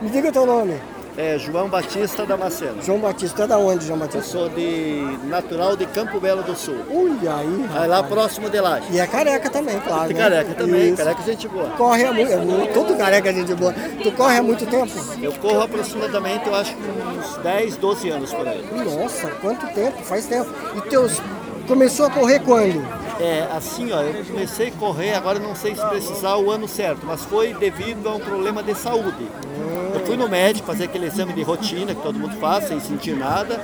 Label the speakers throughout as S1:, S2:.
S1: Me diga teu nome.
S2: É João Batista Damasceno.
S1: João Batista, é da onde, João
S2: Eu
S1: Batista?
S2: sou de natural de Campo Belo do Sul.
S1: Olha aí,
S2: Aí
S1: rapaz.
S2: É lá próximo de Laje.
S1: E é careca também, claro.
S2: De
S1: né?
S2: careca também,
S1: Isso.
S2: careca gente boa.
S1: Corre há muito. é mu- Todo careca é gente boa. Tu corre há muito tempo?
S2: Eu corro aproximadamente, eu acho que uns 10, 12 anos por aí.
S1: Nossa, quanto tempo? Faz tempo. E teus. Começou a correr quando?
S2: É, assim, ó, eu comecei a correr, agora não sei se precisar o ano certo, mas foi devido a um problema de saúde. Eu fui no médico fazer aquele exame de rotina que todo mundo faz, sem sentir nada.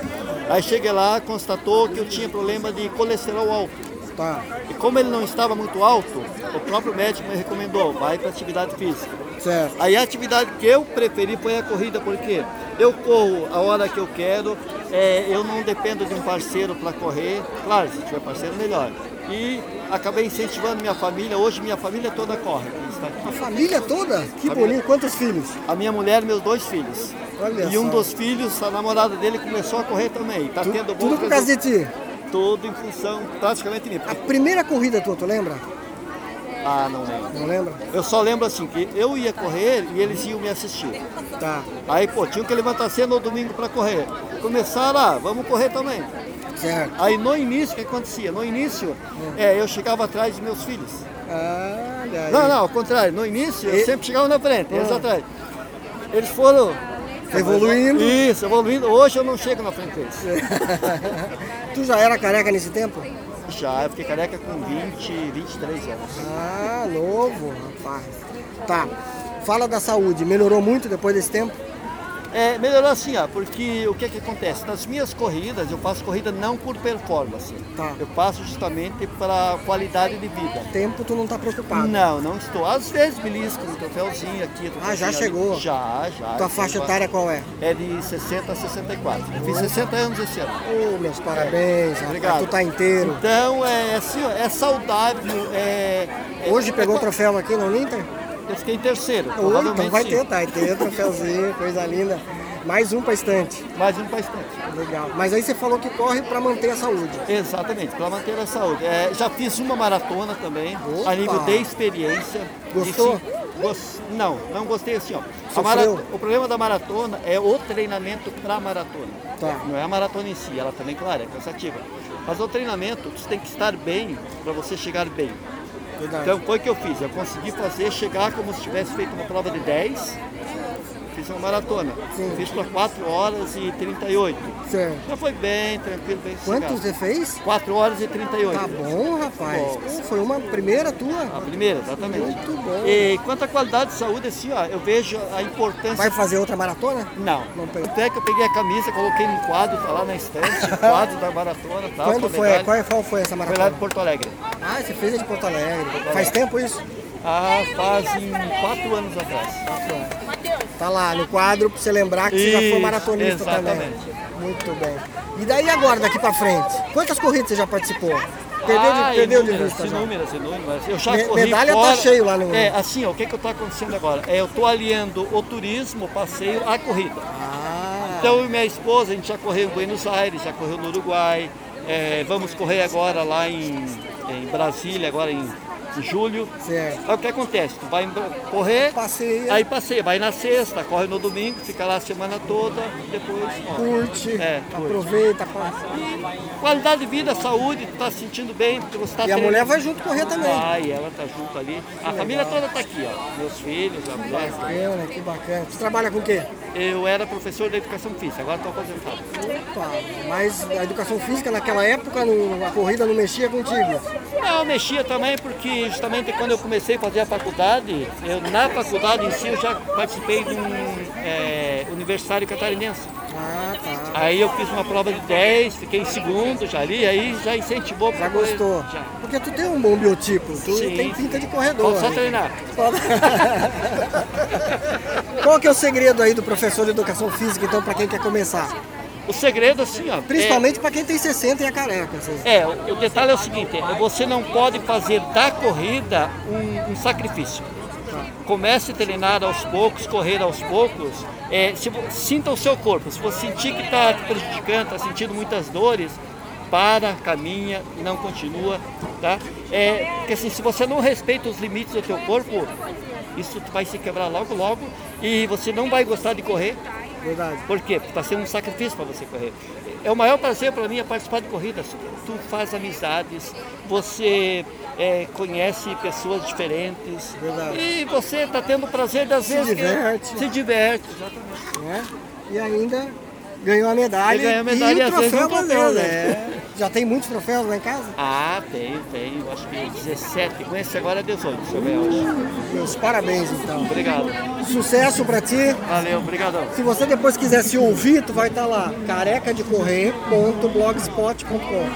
S2: Aí cheguei lá, constatou que eu tinha problema de colesterol alto.
S1: Tá,
S2: E como ele não estava muito alto, o próprio médico me recomendou, vai para atividade física.
S1: certo.
S2: Aí a atividade que eu preferi foi a corrida, porque eu corro a hora que eu quero, é, eu não dependo de um parceiro para correr. Claro, se tiver parceiro, melhor. E acabei incentivando minha família, hoje minha família toda corre. que está aqui.
S1: A família toda? Que
S2: Família.
S1: bonito. Quantos filhos?
S2: A minha mulher e meus dois filhos.
S1: Olha
S2: e um
S1: só.
S2: dos filhos, a namorada dele, começou a correr também. Tá tendo bom
S1: Tudo por causa de
S2: resultado.
S1: ti.
S2: Tudo em função praticamente de mim.
S1: A primeira corrida tua, tu lembra?
S2: Ah, não lembro.
S1: Não lembra?
S2: Eu só lembro assim, que eu ia correr e eles iam me assistir.
S1: Tá,
S2: Aí, pô, tinha que levantar cedo no domingo para correr. Começaram, ah, vamos correr também.
S1: certo.
S2: Aí, no início, o que acontecia? No início, é, eu chegava atrás dos meus filhos.
S1: Olha aí.
S2: Não, não, ao contrário. No início,
S1: E-
S2: eu sempre chegava na frente, eles
S1: Ah.
S2: atrás. Eles foram...
S1: Evoluindo.
S2: Isso, evoluindo. Hoje eu não chego na frente deles.
S1: tu já era careca nesse tempo?
S2: Já, eu fiquei careca com 20, 23 anos.
S1: Ah, novo, rapaz. Tá. Fala da saúde. Melhorou muito depois desse tempo?
S2: É, melhorou assim, ó, porque o que que acontece? Nas minhas corridas, eu faço corrida não por performance.
S1: Tá.
S2: Eu faço justamente para qualidade de vida.
S1: Tempo tu não tá preocupado.
S2: Não, não estou. Às vezes belisco um troféuzinho aqui. troféuzinho
S1: Ah, já
S2: ali.
S1: chegou?
S2: Já, já.
S1: Tua faixa
S2: Então,
S1: etária qual é?
S2: É de 60 a 64. Eu fiz 60 anos esse ano.
S1: Ô, meus parabéns, rapaz.
S2: Obrigado.
S1: Tu tá inteiro.
S2: Então, é assim, ó, é saudável. É, é-
S1: Hoje pegou
S2: é-
S1: o troféu aqui no Ninter?
S2: Eu fiquei em terceiro.
S1: Ô, então
S2: provavelmente
S1: vai
S2: sim.
S1: ter, tá? Tem troféuzinho, coisa linda. Mais um pra estante.
S2: Mais um bastante.
S1: Legal. Mas aí você falou que corre pra manter a saúde.
S2: Exatamente, para manter a saúde. É, já fiz uma maratona também,
S1: Opa!
S2: a nível de experiência.
S1: Gostou?
S2: E sim- gos- Não, não gostei assim, ó. A
S1: Sofreu?
S2: marato- O problema da maratona é o treinamento para maratona.
S1: Tá.
S2: Não é a maratona em si, ela também, claro, é cansativa. Mas o treinamento, você tem que estar bem para você chegar bem.
S1: Verdade.
S2: Então foi o que eu fiz, eu consegui fazer chegar como se tivesse feito uma prova de 10, fiz uma maratona.
S1: Sim.
S2: Fiz para 4 horas e 38.
S1: Certo.
S2: Já foi bem, tranquilo, bem
S1: Quantos
S2: sossegado.
S1: você fez?
S2: 4 horas e 38.
S1: Tá bom, rapaz.
S2: Bom.
S1: Pô, foi uma primeira tua?
S2: A primeira, exatamente.
S1: Muito bom.
S2: E quanto à qualidade de saúde, assim, ó, eu vejo a importância.
S1: Vai fazer outra maratona?
S2: Não.
S1: Não tem.
S2: Até que eu peguei a camisa, coloquei num quadro, tá lá na estante, quadro da maratona, tá?
S1: Quando
S2: com a
S1: foi?
S2: medalha.
S1: Qual, é- qual foi essa
S2: Foi lá
S1: maratona?
S2: de Porto Alegre.
S1: Ah, você fez a de Porto Alegre. Faz tempo isso?
S2: Ah, fazem quatro anos atrás.
S1: Tá lá no quadro pra você lembrar que você já foi
S2: Isso,
S1: maratonista também.
S2: exatamente.
S1: Muito bem. E daí agora, daqui pra frente? Quantas corridas você já participou? Perdeu de,
S2: Ah,
S1: perdeu de
S2: inúmeras,
S1: vista já.
S2: inúmeras, inúmeras. Eu já
S1: Me-
S2: corri
S1: medalha tá
S2: fora.
S1: cheio lá no-
S2: É, assim, ó, o que que eu tô acontecendo agora? É, eu tô aliando o turismo, o passeio, à corrida.
S1: Ah,
S2: Então, eu e minha esposa, a gente já correu em Buenos Aires, já correu no Uruguai, é, vamos correr agora lá em, em Brasília, agora em, em julho.
S1: certo.
S2: Aí o que acontece? Tu vai em Bra- correr,
S1: Passei,
S2: aí passeia, vai na sexta, corre no domingo, fica lá a semana toda, depois. ó.
S1: curte,
S2: É, curte.
S1: aproveita, passa.
S2: Qualidade de vida, saúde, tu tá se sentindo bem, porque você tá
S1: E a
S2: treinando.
S1: mulher vai junto correr também.
S2: Vai, ela tá junto ali. A família toda tá aqui, ó. Meus filhos, a mulher.
S1: Eu, né? Que bacana. Você trabalha com o quê?
S2: Eu era professor de educação física, agora estou aposentado.
S1: Opa, mas a educação física naquela época, no- a corrida não mexia contigo.
S2: Não, eu mexia também porque justamente quando eu comecei a fazer a faculdade, eu na faculdade em si eu já participei de um é, universitário catarinense.
S1: Ah, tá.
S2: Aí eu fiz uma prova de 10, fiquei em segundo já ali, aí já incentivou. pra
S1: Já
S2: correr.
S1: gostou?
S2: Já.
S1: Porque tu tem um bom biotipo, tu
S2: Sim.
S1: tem pinta de
S2: Vamos
S1: corredor.
S2: só
S1: né?
S2: treinar.
S1: Qual que é o segredo aí do professor de educação física, então, pra quem quer começar?
S2: O segredo assim, ó. é-
S1: Principalmente pra quem tem 60 e é careca. vocês-
S2: É, o o detalhe é o seguinte, é, você não pode fazer da corrida um, um sacrifício. Comece a treinar aos poucos, correr aos poucos. É, se vo- sinta o seu corpo. Se você sentir que está te prejudicando, está sentindo muitas dores, para, caminha e não continua, tá? É, porque assim, se você não respeita os limites do teu corpo, isso vai se quebrar logo, logo. E você não vai gostar de correr.
S1: Verdade.
S2: Por quê? Porque está sendo um sacrifício para você correr. É o maior prazer para mim é participar de corridas. Tu faz amizades, você é, conhece pessoas diferentes.
S1: Verdade.
S2: E você está tendo o prazer das vezes
S1: diverte.
S2: que se diverte.
S1: Né? E ainda ganhou a medalha.
S2: E ganhou a medalha e
S1: o
S2: às vezes
S1: troféu
S2: um troféu,
S1: valeu,
S2: né?
S1: né? Já tem muitos troféus lá em casa?
S2: Ah, tem, tem. Eu acho que 17. Com esse agora é 18, seu Mel.
S1: Meus parabéns, então.
S2: Obrigado.
S1: Sucesso pra ti.
S2: Valeu, obrigadão.
S1: Se tá você depois quiser se ouvir, tu vai estar lá, carecadecorrer.blogspot.com.